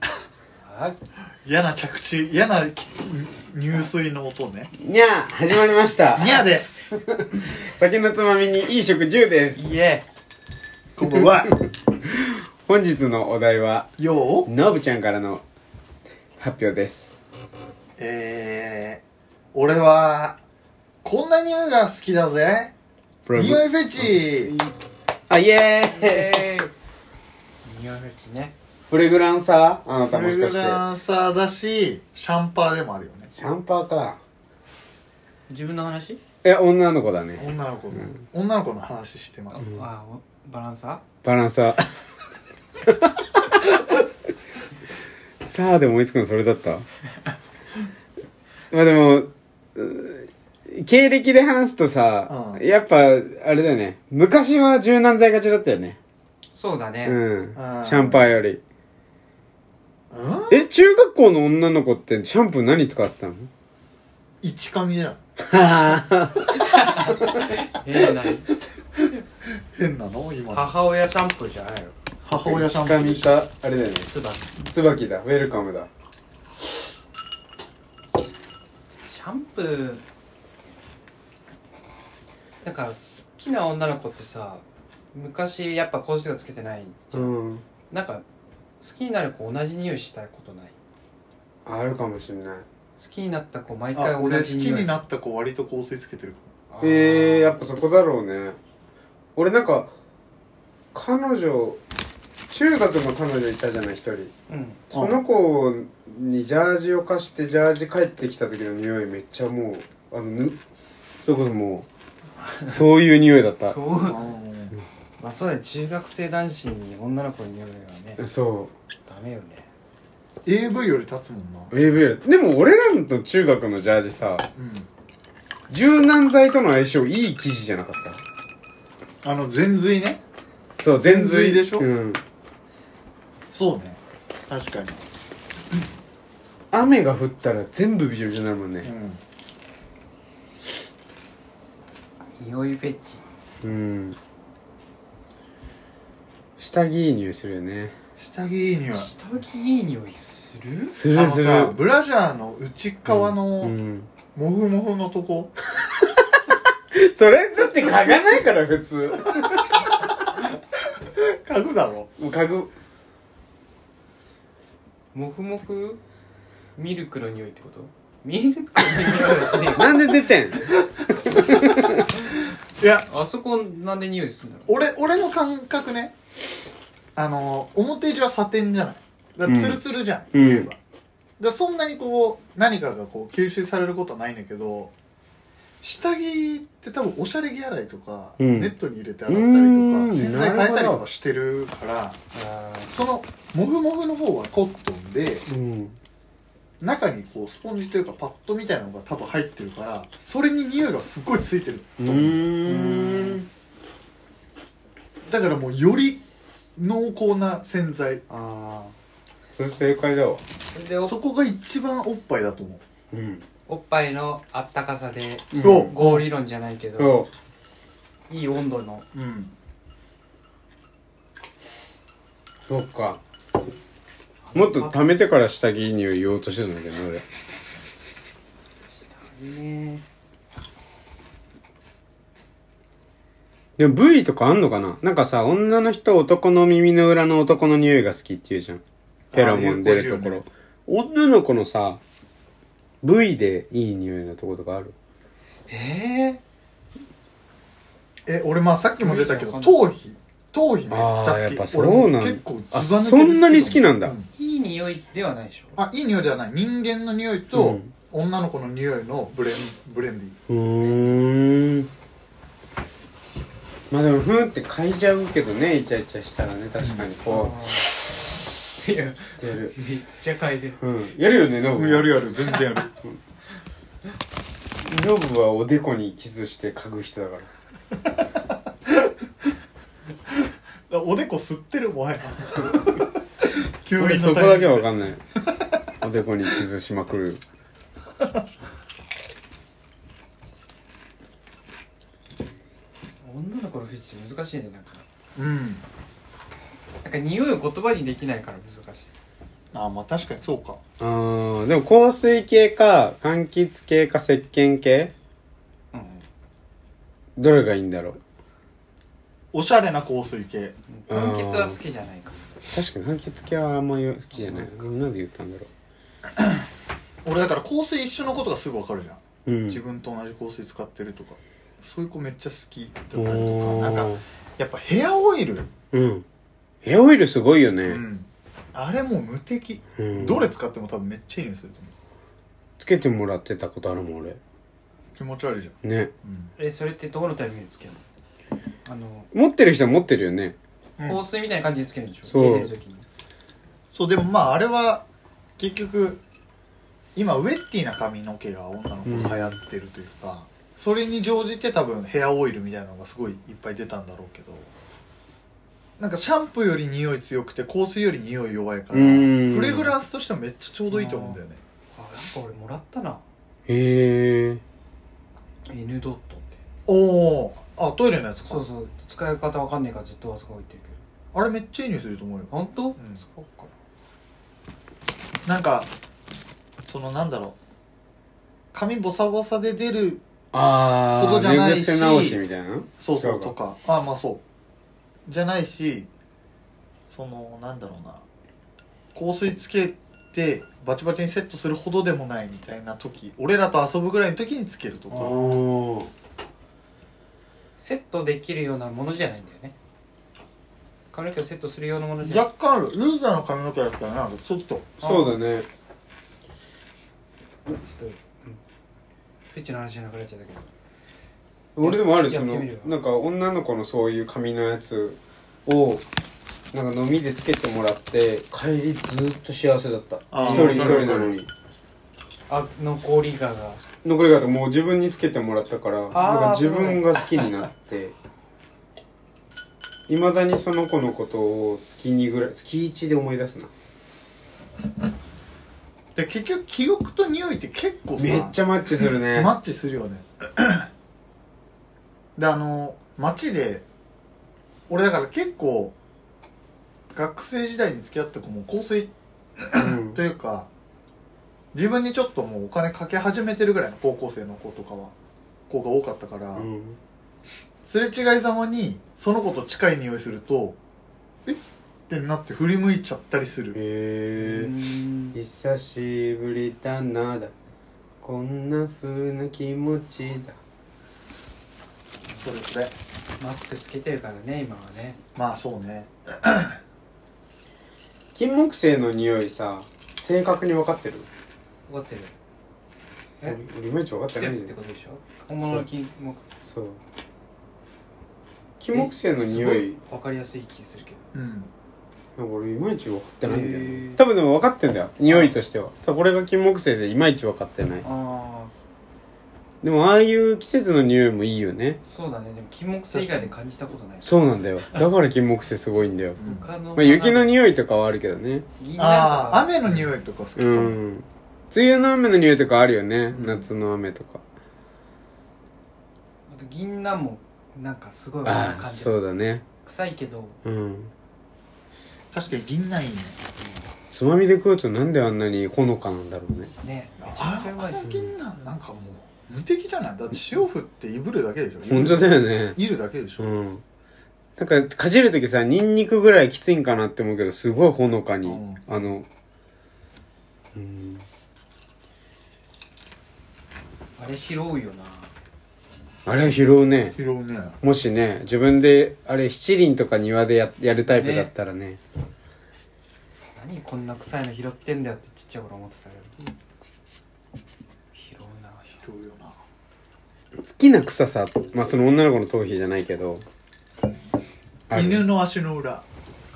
はい嫌な着地嫌なき入水の音ねにゃー始まりましたニャです酒のつまみにいい食10ですイエーこんばんは本日のお題はようのぶちゃんからの発表ですえー、俺はこんな匂いが好きだぜプロ匂ブいフェチあイエーイ匂いフェチねフレグランサーあなたフもレしかグしてランサーだしシャンパーでもあるよねシャンパーか自分の話え女の子だね女の子の、女の子の話してます、あおバランサバランサーさあでも思いつくのそれだったまあでもうー経歴で話すとさ、うんやっぱあれだよね昔は柔軟剤がちだったよねそうだね、うんあーシャンパーよりうんえ中学校の女の子ってシャンプー何使ってたの一髪じゃん変な変なの今の 母親シャンプーじゃないの母親シャンプーで見しょたあれだよねつば椿だウェルカムだシャンプーなんか好きな女の子ってさ昔やっぱ香水がつけてないうんなんか好きになる子同じ匂いしたことないあるかもしんない好きになった子毎回あ同俺好きじ匂いになった子割と香水つけてるかえー、やっぱぱそこだろうね俺なんか彼女中学の彼女いたじゃない一人うんその子にジャージを貸してジャージ帰ってきた時の匂いめっちゃもうあのぬそれこそも うそういう匂いだったそうらうんまあそうだね中学生男子に女の子に匂いはねそダメよね AV より立つもんなう AV でも俺らの中学のジャージさうん柔軟剤との相性いい生地じゃなかっあの全髄ねたそう全髄でしょうんそうね確かに雨が降ったら全部びしょびしょになるもんねうん匂いフェチうん下着いい匂いするよね下着いい匂い下着いい匂いするすあるのするさブラジャーの内側うのん、モフモフのとこ、それだって嗅がないから普通嗅ぐだろもう嗅ぐもふもふミルクの匂いってことミルクの匂いはしねえよなんで出てんいやあそこなんで匂いするんだろ俺俺の感覚ねあの表地はサテンじゃないだからツルツルじゃん、うん言えばだからそんなにこう何かがこう吸収されることはないんだけど下着って多分おしゃれ着洗いとか、うんネットに入れて洗ったりうとんか洗剤変えたりなるほとどかしてるからあーそのモフモフの方はコットンでうん中にこうスポンジというかパッドみたいなのが多分入ってるからそれに匂いがすっごいついてるうと思うーんだからもうより濃厚な洗剤あそれ正解だわーそれでおそこが一番おっぱいだと思ううんおっぱいのあったかさでそう合理論じゃないけどそいい温度のうんうそっかもっと溜めてから下着いい匂い言おうとしてたんだけどね俺いいねでも部位とかあんのかななんかさ女の人男の耳の裏の男の匂いが好きって言うじゃんフェロモン出るところあ女の子のさ部位でいい匂いのとことかあるええ俺まあさっきも出たけどわかんない頭皮頭皮めっちゃあーやっ好ぱきそう俺もなん結構あずば抜けでそんなに好きなんだうー、いい匂いではないでしょあいい匂いではない人間の匂いうとん女の子の匂いのブレンブレンディうーんまあでもふんって嗅いじゃうけどねイチャイチャしたらね確かにこいやう出るめっちゃ嗅いでるうんやるよねノブやるやる全然やるノブはおでこにキスして嗅ぐ人だからあ おでこ吸ってるもん吸 俺引そのこだタイミングけは分かんないおでこに傷しまくる女の子のフェチ難しいねなんかうんなんか匂いを言葉にできないから難しいあまあ確かにそうかうんでも香水系か柑橘系か石鹸系うんどれがいいんだろうおしゃれな香水系柑橘は好きじゃないかも確かに柑橘系はあんまり好きじゃないなんで言ったんだろ俺だから香水一緒のことがすぐ分かるじゃん、う、うん、自分と同じ香水使ってるとかそういう子めっちゃ好きだったりとかおなんーかやっぱヘアオイル、うんヘアオイルすごいようね、ん、あれもう無敵、うん、どれ使っても多分めっちゃいい匂いすると思つけてもらってたことあるもん俺う気持ち悪いじゃんねうんえそれってどこのタイミングでつけるのあの、持ってる人は持ってるよねうん香水みたいな感じでつけるんでしょそう入れる時にそうでもまああれは結局今ウェッティな髪の毛が女の子に流行ってるというか、それに乗じて多分ヘアオイルみたいなのがすごいいっぱい出たんだろうけどなんかシャンプーより匂い強くて香水より匂い弱いからうんフレグランスとしてもめっちゃちょうどいいと思うんだよねあなんか俺もらったなへえ N ドットっておおーあトイレのやつかそうそう使い方わかんねえからずっとあそこ置いてるけどあれめっちゃいい匂いすると思うよ本当、ん使おうかななんかそのなんだろう髪ボサボサで出るあほどじゃないし寝癖直しみたいなそうそ違ううかとかあまあそうじゃないしそのなんだろうな香水つけてバチバチにセットするほどでもないみたいな時俺らと遊ぶぐらいの時につけるとあかーセットできるようなものじゃないんだよね髪の毛をセットするようなものじゃない若干あるルーザーの髪の毛だったらなんかちょっとそうだねちょっと、うん、フェチの話じゃなくなっちゃったけど俺でもあるやそってのみるよなんか女の子のそういう髪のやつをなんか飲みでつけてもらって帰りずっと幸せだったあー一人一人なのにあ残りがが残りがともう自分につけてもらったからなんか自分が好きになっていまだにその子のことを月2ぐらい月1で思い出すなで結局記憶と匂いって結構さめっちゃマッチす るねマッチするよね であの街で俺だから結構学生時代に付き合った子も香水うんというか自分にちょっともうお金かけ始めてるぐらいの高校生の子とかは子が多かったから、うんすれ違いざまにその子と近い匂いするとえってなって振り向いちゃったりするへええ久しぶりだなだこんな風な気持ちだそれそれマスクつけてるからね今はねまあそうね金木犀の匂いさ正確に分かってる分かってるえ俺俺いまいち分かっ季てない節っんてだよことでしょ本物の金木そう金木犀の匂い分かりやすい気するけどうんなんか俺いまいち分かってないんだよへねー多分でも分かってんだよ匂いとしてはただこれが金木犀でいまいち分かってないああでもああいう季節の匂いもいいよねそうだねでも金木犀以外で感じたことないそうなんだよだから金木犀すごいんだよ、うん他のまあ、雪の匂いとかはあるけどね銀杏とあかあ雨の匂いとか好きかうも、ん梅雨の雨の匂いとかあるよね、うん夏の雨とかあと銀杏もなんかすごいああ感じそうだね臭いけどうん確かに銀杏いいねつまみで食うとなんであんなにほのかなんだろうねねあれあの銀杏なんかもう無敵じゃないだって塩振っていぶるだけでしょ本当だよねいるだけでしょ、うんなんかかじる時さニンニクぐらいきついんかなって思うけどすごいほのかに、うんあのうんあれ拾うよなあれは拾うね拾うねもしね自分であれ七輪とか庭でややるタイプだったらね何こんな臭いの拾ってんだよってちっちゃい頃思ってたけど拾うな拾うよな好きな臭さまあその女の子の頭皮じゃないけどある犬の足の裏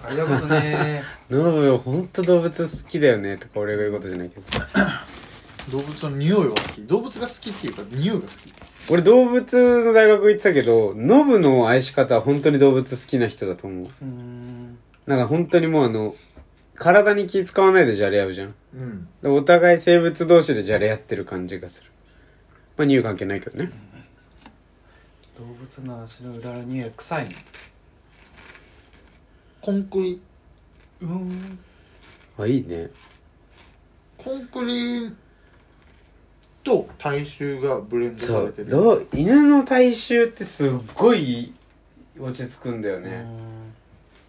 嗅いだこと ねノブほんと動物好きだよねとか俺が言うことじゃないけど動物の匂いは好き動物が好きっていうか匂いが好き俺動物の大学行ってたけどノブの愛し方は本当に動物好きな人だと思ううーんなんか本当にもうあの体に気使わないでじゃれ合うじゃんうんでお互い生物同士でじゃれ合ってる感じがするまあ匂い関係ないけどね動物の足の裏の匂い臭いのコンクリうーんあいいねコンクリと体臭がブレンドそされうてるどう犬の体臭ってすっごい落ち着くんだようねん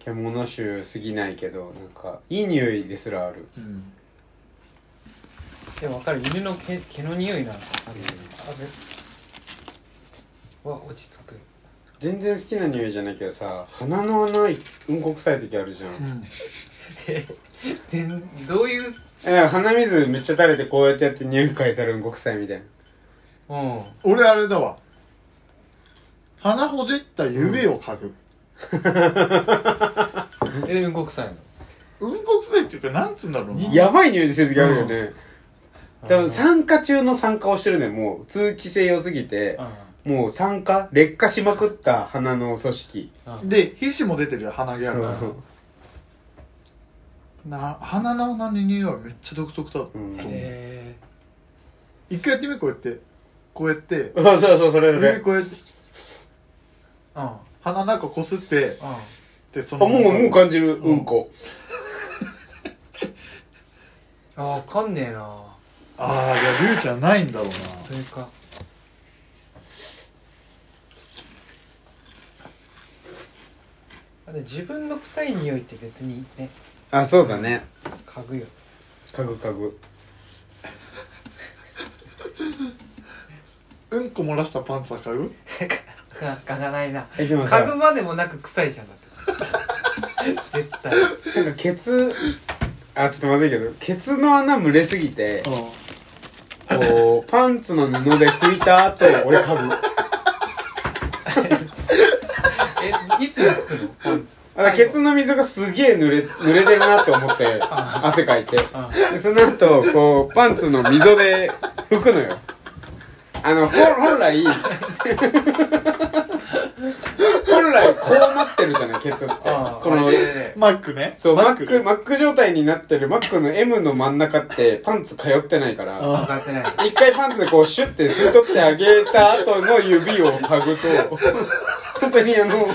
獣臭すぎないけどなんかいい匂いですらあるうん、でも分かる犬の毛毛の匂いなんかあるよねあれは落ち着く全然好きな匂いじゃないけどさ鼻の穴うんこ臭い時あるじゃんうん、全どういうえ鼻水めっちゃ垂れてこうやってやって匂い嗅いだらうんこ臭いみたいなうん俺あれだわ鼻ほじった指を嗅ぐ、えうんこ臭いのうん、こ臭いっていうかなんつうんだろうなやばい匂いする時あるよね、多うん分酸化中の酸化をしてるねもう通気性良すぎてうんもう酸化劣化しまくった鼻の組 織うんで皮脂も出てるよ鼻毛あるそうな鼻の穴の匂いはめっちゃ独特だと思う、うんへ一回やってみこうやってこうやってそうそうそれそ指れこうやってーうん鼻の中こすってうんでそあのもうもう感じるうんこ、あ分かんねえなああいやりゅうちゃんないんだろうなそれかあで自分の臭い匂いって別にねあそうだね嗅ぐよ嗅ぐ嗅ぐうんこ漏らしたパンツは買う嗅嗅がないなえでもさ嗅ぐまでもなく臭いじゃん だって絶対なんかケツあちょっとまずいけどケツの穴蒸れすぎてうこうパンツの布で拭いた後俺嗅ぐえいつ拭くのパンツあケツの溝がすげえ濡れ、濡れてるなって思って、あ汗かいて。あで、その後、こう、パンツの溝で拭くのよ。あの、ほ本来、本来こうなってるじゃない、ケツって。あこのあ、れんマックねそう、マッねク、マック状態になってる、マックの M の真ん中ってパンツ通ってないから、分かって ない一回パンツでこうシュッて吸い取ってあげた後の指を嗅ぐと、本当にあの、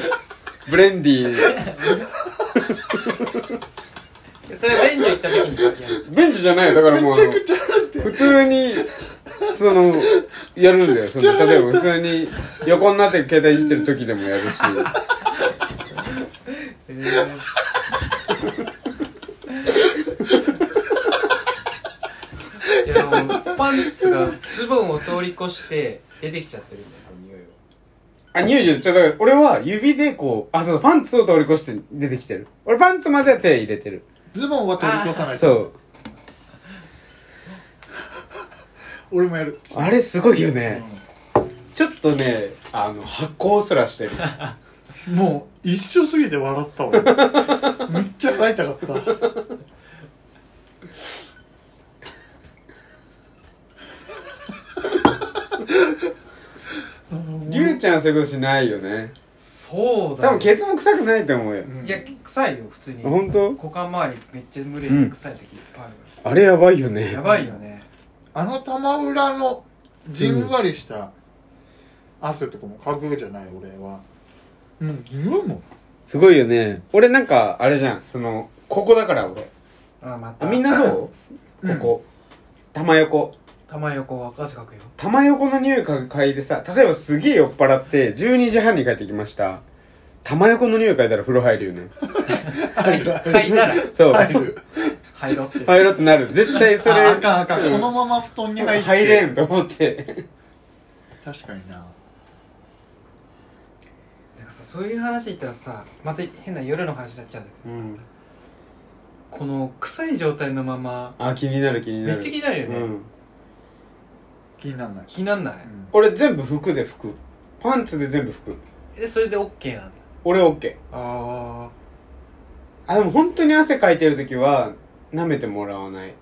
ブレンディー、それ便所行った時に嗅ぎやるベンチじゃないよだからもうめちゃくちゃ普通にそのやるんだよその例えば普通に横になって携帯いじってる時でもやる しえーいやもうパンツがズボンを通り越して出てきちゃってるんだよ匂いはあ乳児ちょだから俺は指でこうあそうパンツを通り越して出てきてる俺パンツまでは手入れてるズボンは取り越さないとそう俺もやるあれすごいよねうちょっとねあの発酵すらしてるんもう一緒すぎて笑 ったわめっちゃ笑いたかったりゅうちゃんはそういうことしないよねそう多だ分ケツも臭くないと思うようんいや臭いよ普通に本当股間周りめっちゃ蒸れて臭い時いっぱいある、あれやばいよねやばいよねあの玉裏のじんわりした汗とかも嗅ぐじゃない俺はうん匂い もすごいよね俺なんかあれじゃんそのここだから俺あまたあみんなそううこんこ、玉横玉横は汗かくよ玉横の匂い嗅嗅いでさ例えばすげえ酔っ払って12時半に帰ってきました玉横の匂い嗅いだら風呂入るよねはい嗅いだらそう入る入ろうって入ろうってなる絶対それああかんあかんこのまま布団に入って入れんと思って確かにななんかさそういう話言ったらさまた変な夜の話になっちゃうんだけうど、んこの臭い状態のままあ気になる気になめっるちゃ気になるよね、うん、気にならない、気になんない、うん俺全部服で服パンツで全部服えそれで OK なんだ俺 OK ああでも本当に汗かいてる時は舐めてもらわない、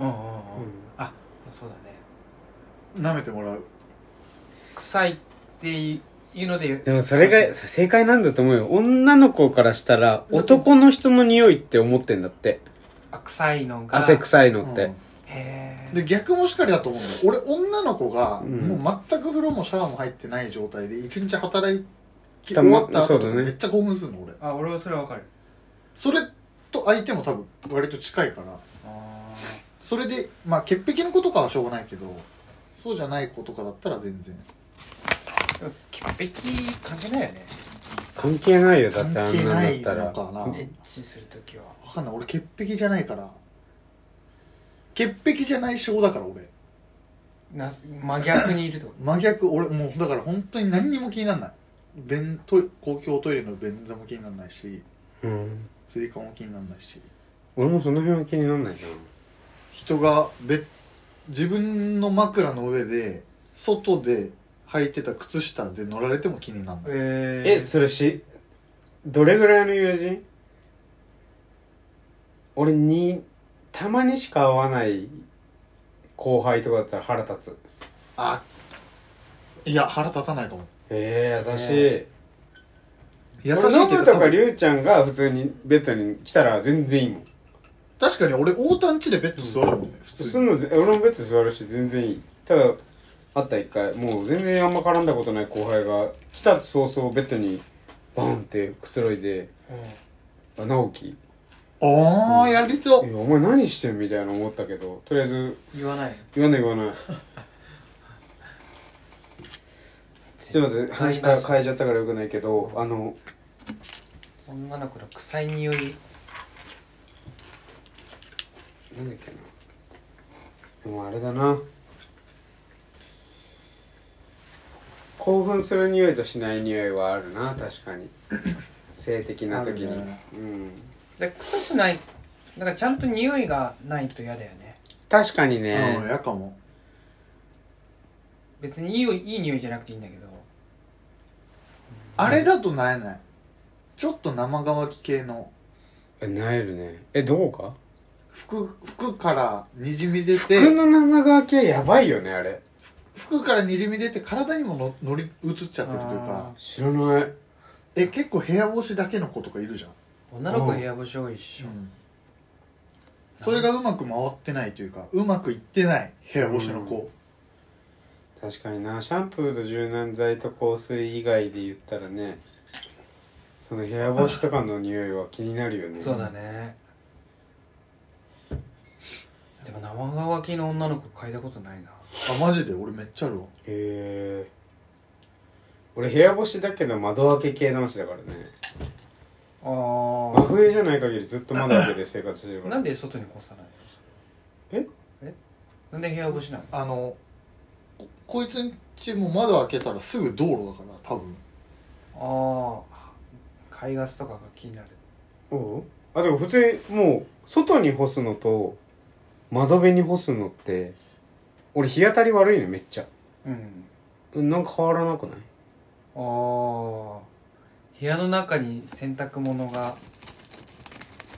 あうんうんうん、うんそうだね舐めてもらう臭いっていうのででもそれがそれ正解なんだと思うよ女の子からしたら男の人の匂いって思ってんだってあ臭いのが汗臭いのって、へえで逆もしかりだと思うんだよ俺女の子がうんもう全く風呂もシャワーも入ってない状態で一日働きた終まわった後とそうかだねめっちゃ興奮するの俺あ俺はそれはわかるそれと相手も多分割と近いからそれでまあ潔癖の子とかはしょうがないけどそうじゃない子とかだったら全然でも潔癖関係ないよね関係ないよだ関ってあん係ななんいだったらのかなエッチするときはわかんない俺潔癖じゃないから潔癖じゃない症だから俺な真逆にいるってこ真逆俺もうだから本当に何にも気にならない便トイ公共トイレの便座も気にならないしうん追加も気にならないし俺もその辺は気になんないな人がべ自分の枕の上で外で履いてた靴下で乗られても気にならとないええそれしどれぐらいの友人俺にたまにしか会わない後輩とかだったら腹立つあいや腹立たないかもええ優し優いし俺いノっていブうかと多か分りゅうちゃんが普通にベッドに来たら全然いいもん確かに俺大田んちでベッド座るもんね普す通んにのぜ俺もベッド座るし全然いいただあった一回もう全然あんま絡んだことない後輩が来た早々ベッドにバンってくつろいで「あ直樹いああやりそうやお前何してん?」みたいな思ったけどとりあえず言わない言わない言わないちょっと待って話か変えちゃったからよくないけどあの女の子の臭い匂いなんだっけなでもあれだな興奮する匂いとしない匂いはあるな確 かに性的な時に、あるねうんで臭くないだからちゃんと匂いがないと嫌だよね確かにうんねやかも別にいいよいい匂いじゃなくていいんだけどあれだとなえないちょっと生乾き系のえなえるねえどうか服服からにじみ出服ての生乾きはやばいよねあれ服からにじみ出て体にもの乗り移っちゃってるというか知らないえ結構部屋干しだけの子とかいるじゃん、女の子部屋干し多いっしょ、それがうまく回ってないというかうまくいってない部屋干しの子、確かになシャンプーと柔軟剤と香水以外で言ったらねその部屋干しとかの匂いは気になるよねそうだねでも生乾きの女の子嗅いだことないなあマジで俺めっちゃあるわへえ俺部屋干しだけど窓開け系男子だからねあ真ー冬じゃない限りずっと窓開けで生活してるかならんで外に干さないえのえなんで部屋干しなのあのここいつんちも窓開けたらすぐ道路だから多分ああ海ガスとかが気になるおうあでも普通にもう外に干すのと窓辺に干すのって俺日当たり悪いのめっちゃうんなんか変わらなくないああ部屋の中に洗濯物が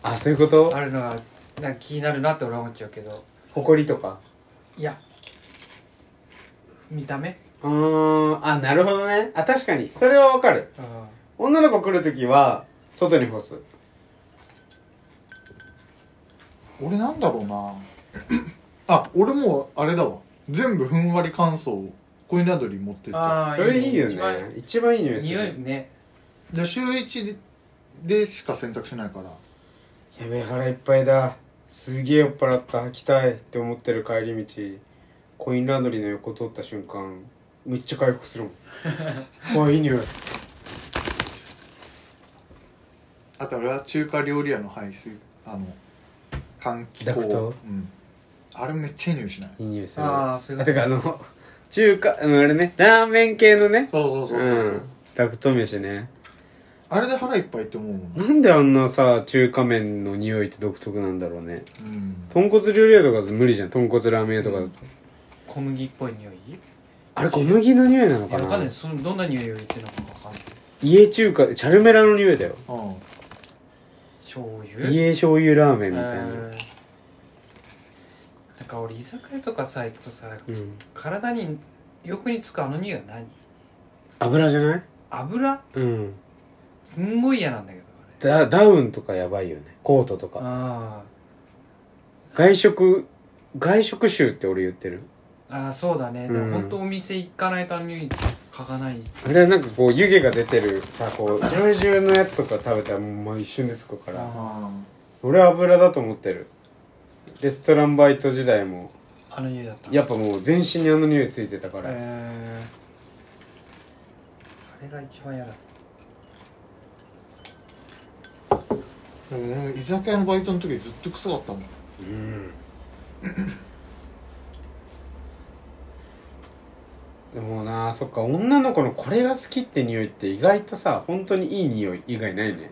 あそういうことあるのがなんか気になるなって俺は思っちゃうけど埃とかいや見た目うーんあなるほどねあ確かにそれはわかるあ女の子来るときは外に干す俺なんだろうなあ俺もうあれだわ全部ふんわり乾燥コインランドリー持ってってあそれいいよね一番いい匂いする匂いねで週1ででしか洗濯しないからやべえ腹いっぱいだすげえ酔っ払った吐きたいって思ってる帰り道コインランドリーの横通った瞬間めっちゃ回復するもんあいい匂いあと俺は中華料理屋の排水あの換気口ダクトうん、あれめっちゃいい匂いしないいい匂いするああそういうあこてかあの中華あのあれねラーメン系のねそうそうそうそう、んダクト飯ねあれで腹いっぱいって思うもん、なんであんなさ中華麺の匂いって独特なんだろうねうん、豚骨料理屋とかだと無理じゃん豚骨ラーメン屋とかだと、小麦っぽい匂いいあれ小麦の匂いなのやかわなかんないそのどんな匂いを言ってるのかわかんない家中華チャルメラの匂いだようん醤油家醤油ラーメンみたいな、うんなんか俺居酒屋とかさ行くとさうん、体によくにつくあの匂いは何油じゃない油うんすんごい嫌なんだけどあれダダウンとかやばいよねコートとかあ外食外食臭って俺言ってるーあーそうだね、うんでも本当お店行かないとあの匂い嗅がないあれはなんかこう湯気が出てるさこうジュージューのやつとか食べたらもう一瞬でつくからああ俺は油だと思ってるレストランバイト時代もあの匂いだったやっぱもう全身にあの匂いついてたから、えー、あれが一番嫌だうん居酒屋のバイトの時ずっと臭かったもんうんでもなそっか女の子のこれが好きって匂いって意外とさ本当にいい匂い以外ないね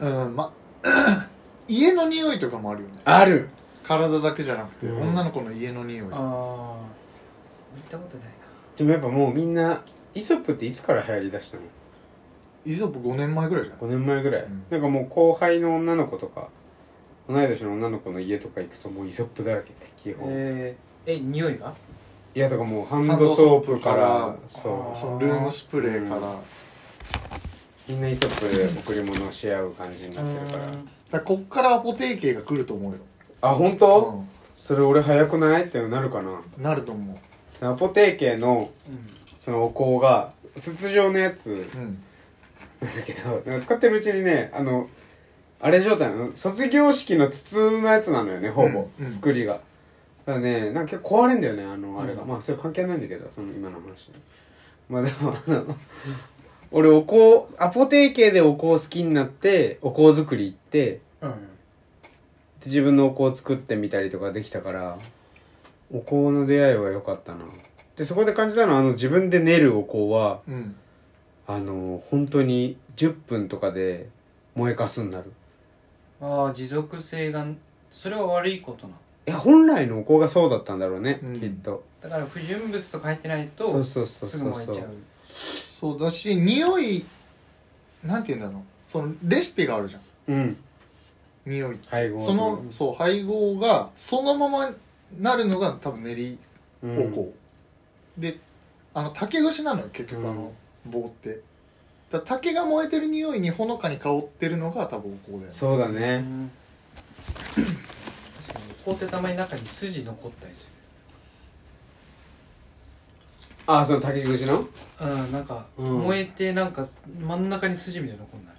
うんま 家の匂いとかもあるよねある体だけじゃなくて、うん女の子の家の匂いああ行ったことないでもやっぱもうみんなイソップっていつから流行りだしたのイソップ5年前ぐらいじゃない5年前ぐらい、うんなんかもう後輩の女の子とか同い年の女の子の家とか行くともうイソップだらけ基な本、えー、え匂いがいやとかもうハンドソープからハンドープからそそのルームスプレーから,、うんだかうみんなイソップで贈り物をし合う感じになってるかららこっからアポテー系が来ると思うよ、あ本当、うそれ俺早くないってなるかな。ん、なると思うアポテー系のうんそのお香が筒状のやつうんなんだけど、なんか使ってるうちにね、あの、あれ状態なの、卒業式の筒のやつなのよね、ほぼ、うんうん作りが。だからね、なんか結構壊れんだよね、あの、あれが。うんまあそれ関係ないんだけど、その今の話。まあでも、あの、俺お香、アポテー系でお香好きになって、お香作り行って、うんで自分のお香を作ってみたりとかできたからお香の出会いは良かったなでそこで感じたのはあの自分で練るお香はうんあの本当に10分とかで燃えかすになるああ持続性がそれは悪いことなのいや本来のお香がそうだったんだろうね、うんきっとだから不純物と変えてないとそうそうそうそうすそぐう燃えちゃうそうだし匂いなんて言うんだろうそのレシピがあるじゃんうん匂い配合そのそう配合がそのままなるのが多分練りうおん香、であの竹串なのよ結局あの棒ってだから竹が燃えてる匂いにほのかに香ってるのが多分お香だよねそうだうねん確かに凍ってたまに中に筋残ったりすあその竹串のるうんなんか、うん燃えてなんか真ん中に筋みたいなの残んない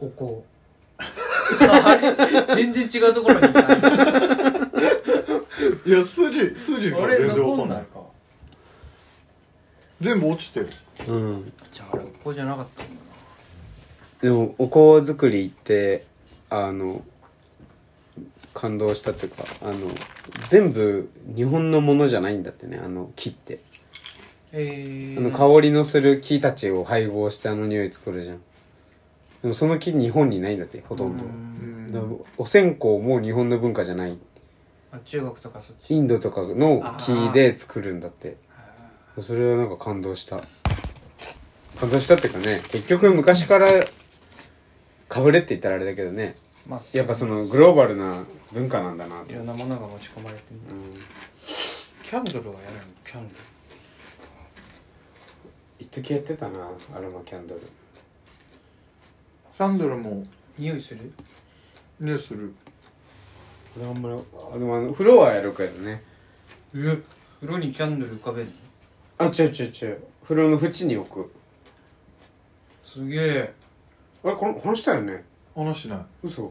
おこうあれ全然違うとこ ろに行かないいや筋筋あがれ全然わか残んんなないいか全部落ちてるうんじゃああれおこうじゃなかったんだなでもお香作りってあの感動したっていうかあの全部日本のものじゃないんだってねあの木ってえあー、の香りのする木たちを配合してあの匂い作るじゃんでもその木日本にないんだってほとんどううんだからんお線香も日本の文化じゃないあ中国とかそっちインドとかの木で作るんだってそれはなんか感動した感動したっていうかね結局昔からかぶれって言ったらあれだけどねまあやっぱそのグローバルな文化なんだなっていろんなものが持ち込まれてるうんキャンドルはやるのキャンドル一時やってたなアロマキャンドルキャンドルも匂いするねする俺あんまりあでもあのフロアやるけどねえ風呂にキャンドル浮かべるのあ違う違う違う風呂の縁に置くすげえあれこの話したよね話しない嘘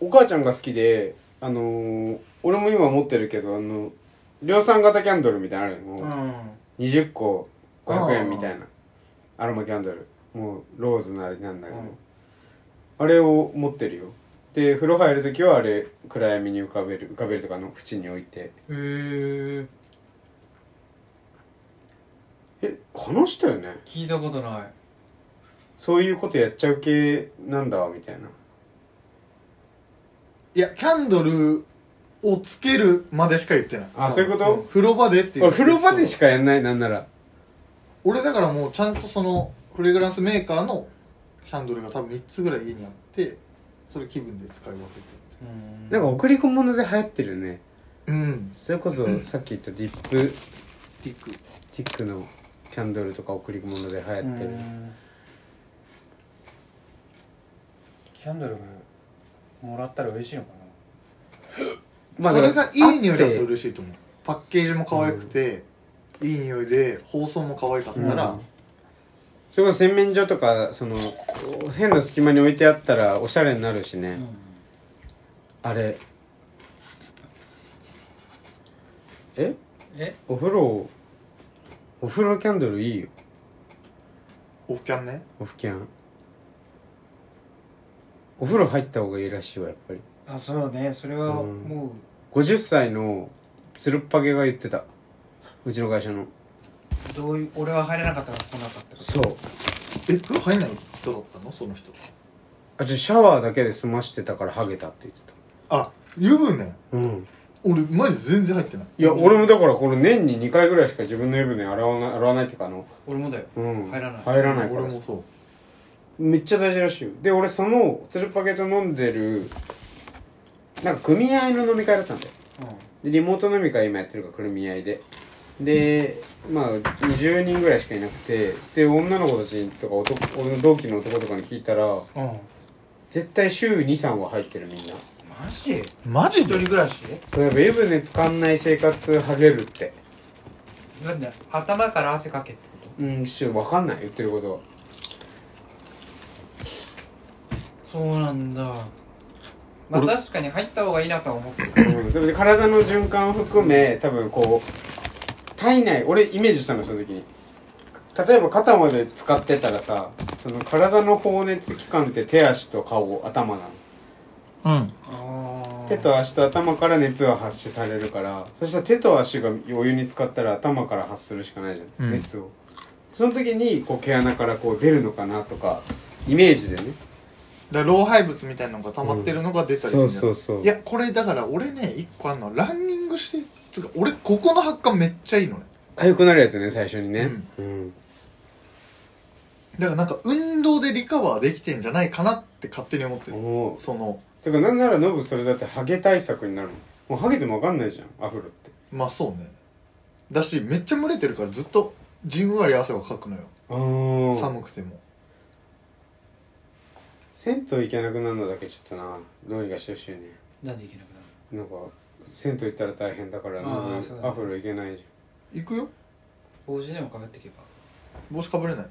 お母ちゃんが好きであのー、俺も今持ってるけどあの量産型キャンドルみたいなのあるよもう、ん20個500円みたいなアロマキャンドルもうローズなりなんなりの、うんあれを持ってるよで風呂入る時はあれ暗闇に浮かべる浮かべるとかあの縁に置いてへええ話したよね聞いたことないそういうことやっちゃう系なんだみたいないやキャンドルをつけるまでしか言ってないあそういうことん風呂場でっていう俺風呂場でしかやんないなんなら俺だからもうちゃんとそのフレグランスメーカーのキャンドルが多分3つぐらい家にあってそれ気分で使い分けてうんなんか贈り物で流行ってるよねるうんそれこそさっき言ったディップティックティックのキャンドルとか贈り物で流行ってるうんキャンドルもらったら嬉しいのかそれがいい匂いだっとて嬉しいと思うパッケージも可愛くて、いい匂いで包装も可愛かったら、うんそれこそ洗面所とかその変な隙間に置いてあったらおしゃれになるしね、あれええお風呂お風呂キャンドルいいよオフキャンねオフキャンお風呂入った方がいいらしいわやっぱりあそうねそれはうんもう、 50歳のつるっぱげが言ってたうちの会社のどういう俺は入れなかったから来なかったからそうえ風呂入んない人だったのその人あじゃあシャワーだけで済ましてたからハゲたって言ってたあ湯船うん俺マジ全然入ってないいや俺もだからこれ年に2回ぐらいしか自分の湯船洗わない洗わないっていうかあの、俺もだようん、入らない入らないか俺らもそうめっちゃ大事らしいよで俺そのつるっぱげと飲んでるなんか組合の飲み会だったんだようでリモート飲み会今やってるから組合ででまあ20人ぐらいしかいなくてで女の子たちとか男俺の同期の男とかに聞いたらんうん絶対週23は入ってるみんなマジマジ一人で暮らしそれやっぱ湯船つかんない生活ハゲるってなんで頭から汗かけってことうんちょっと分かんない言ってることはそうなんだまあ俺確かに入った方がいいなとは思ってたうん、でも体の循環を含め多分こう体内俺イメージしたのその時に例えば肩まで使ってたらさその体の放熱器官って手足と顔頭なのうんあ手と足と頭から熱は発しされるからそしたら手と足がお湯に浸かったら頭から発するしかないじゃん、うん熱をその時にこう毛穴からこう出るのかなとかイメージでねだから老廃物みたいなのが溜まってるのが出たりするんだようそいやこれだから俺ね一個あんのランニングしてつうか俺ここの発汗めっちゃいいのね痒くなるやつね最初にねうんだからなんか運動でリカバーできてんじゃないかなって勝手に思ってる思うそのてかなんならノブそれだってハゲ対策になるもんもうハゲても分かんないじゃんアフロってまあそうねだしめっちゃ蒸れてるからずっとじんわり汗をかくのよああ寒くても銭湯行けなくなるのだけちょっとなどうにかしてほしいねなんでいけなくなるなんか銭湯行ったら大変だからあーノそうブだねアフロ行けないじ行くよ帽子でもかぶっていけば帽子かぶれ ない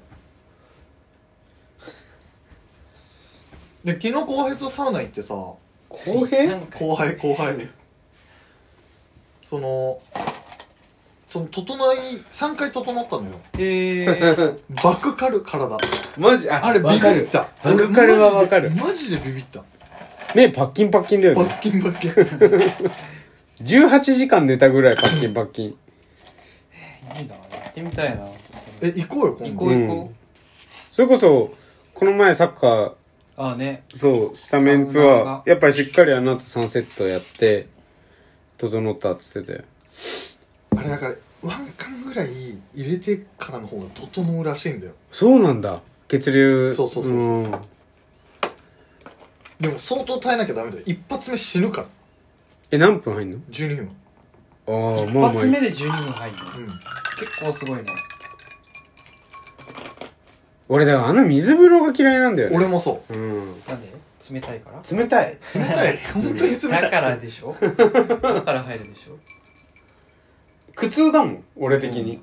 で昨日後輩とサウナ行ってさゃん公平なんか後輩後輩そのその整い3回整ったのよへえバックカル体マジああれビビわかるったバクカルはわかる俺マジでマジでビビった目パッキンパッキンだよバねッキンバッキン18時間寝たぐらいパッキンパッキンいいなやってみたいなえ行こうよ今行度こう行こう、うんそれこそこの前サッカーああねそうスタメンツはやっぱりしっかりあの後3セットやって整ったっつってたよあれだからワンカンぐらい入れてからの方が整うらしいんだよそうなんだ血流そうそうそうそううんでも相当耐えなきゃダメだよ一発目死ぬからえ何分入んの12分ああ一まあまあ発目で12分入るのう結構すごいね俺だからあの水風呂が嫌いなんだよんね俺もそうんなんで冷たいから冷たいう冷た い本当に冷ただいからでしょだから入るでしょ苦痛だもん俺的に、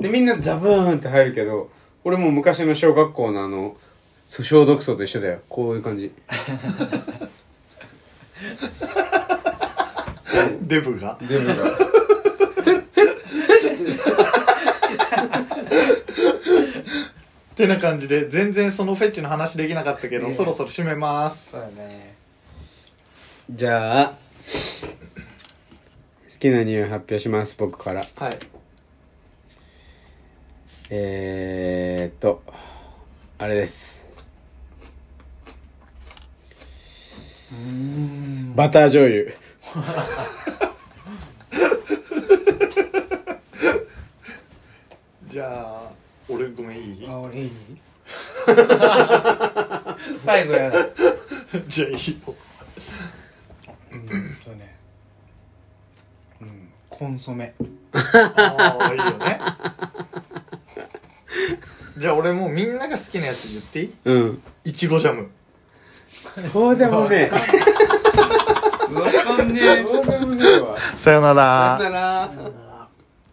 でみんなザブーンって入るけど俺もう昔の小学校のあのそう消毒槽と一緒だよこういう感じデブがデブがってな感じで全然そのフェッチの話できなかったけど、ねえそろそろ締めますそうだね じゃあ好きな匂い発表します僕からはいえー、っとあれですうーんバター醤油じゃあ俺ごめんいいあ俺いい最後やだじゃあいいようんとねうんコンソメああいいよ ねじゃあ俺もうみんなが好きなやつ言っていいうんいちごジャムそうでもねわかんねえそうでもねえわさよならさよなら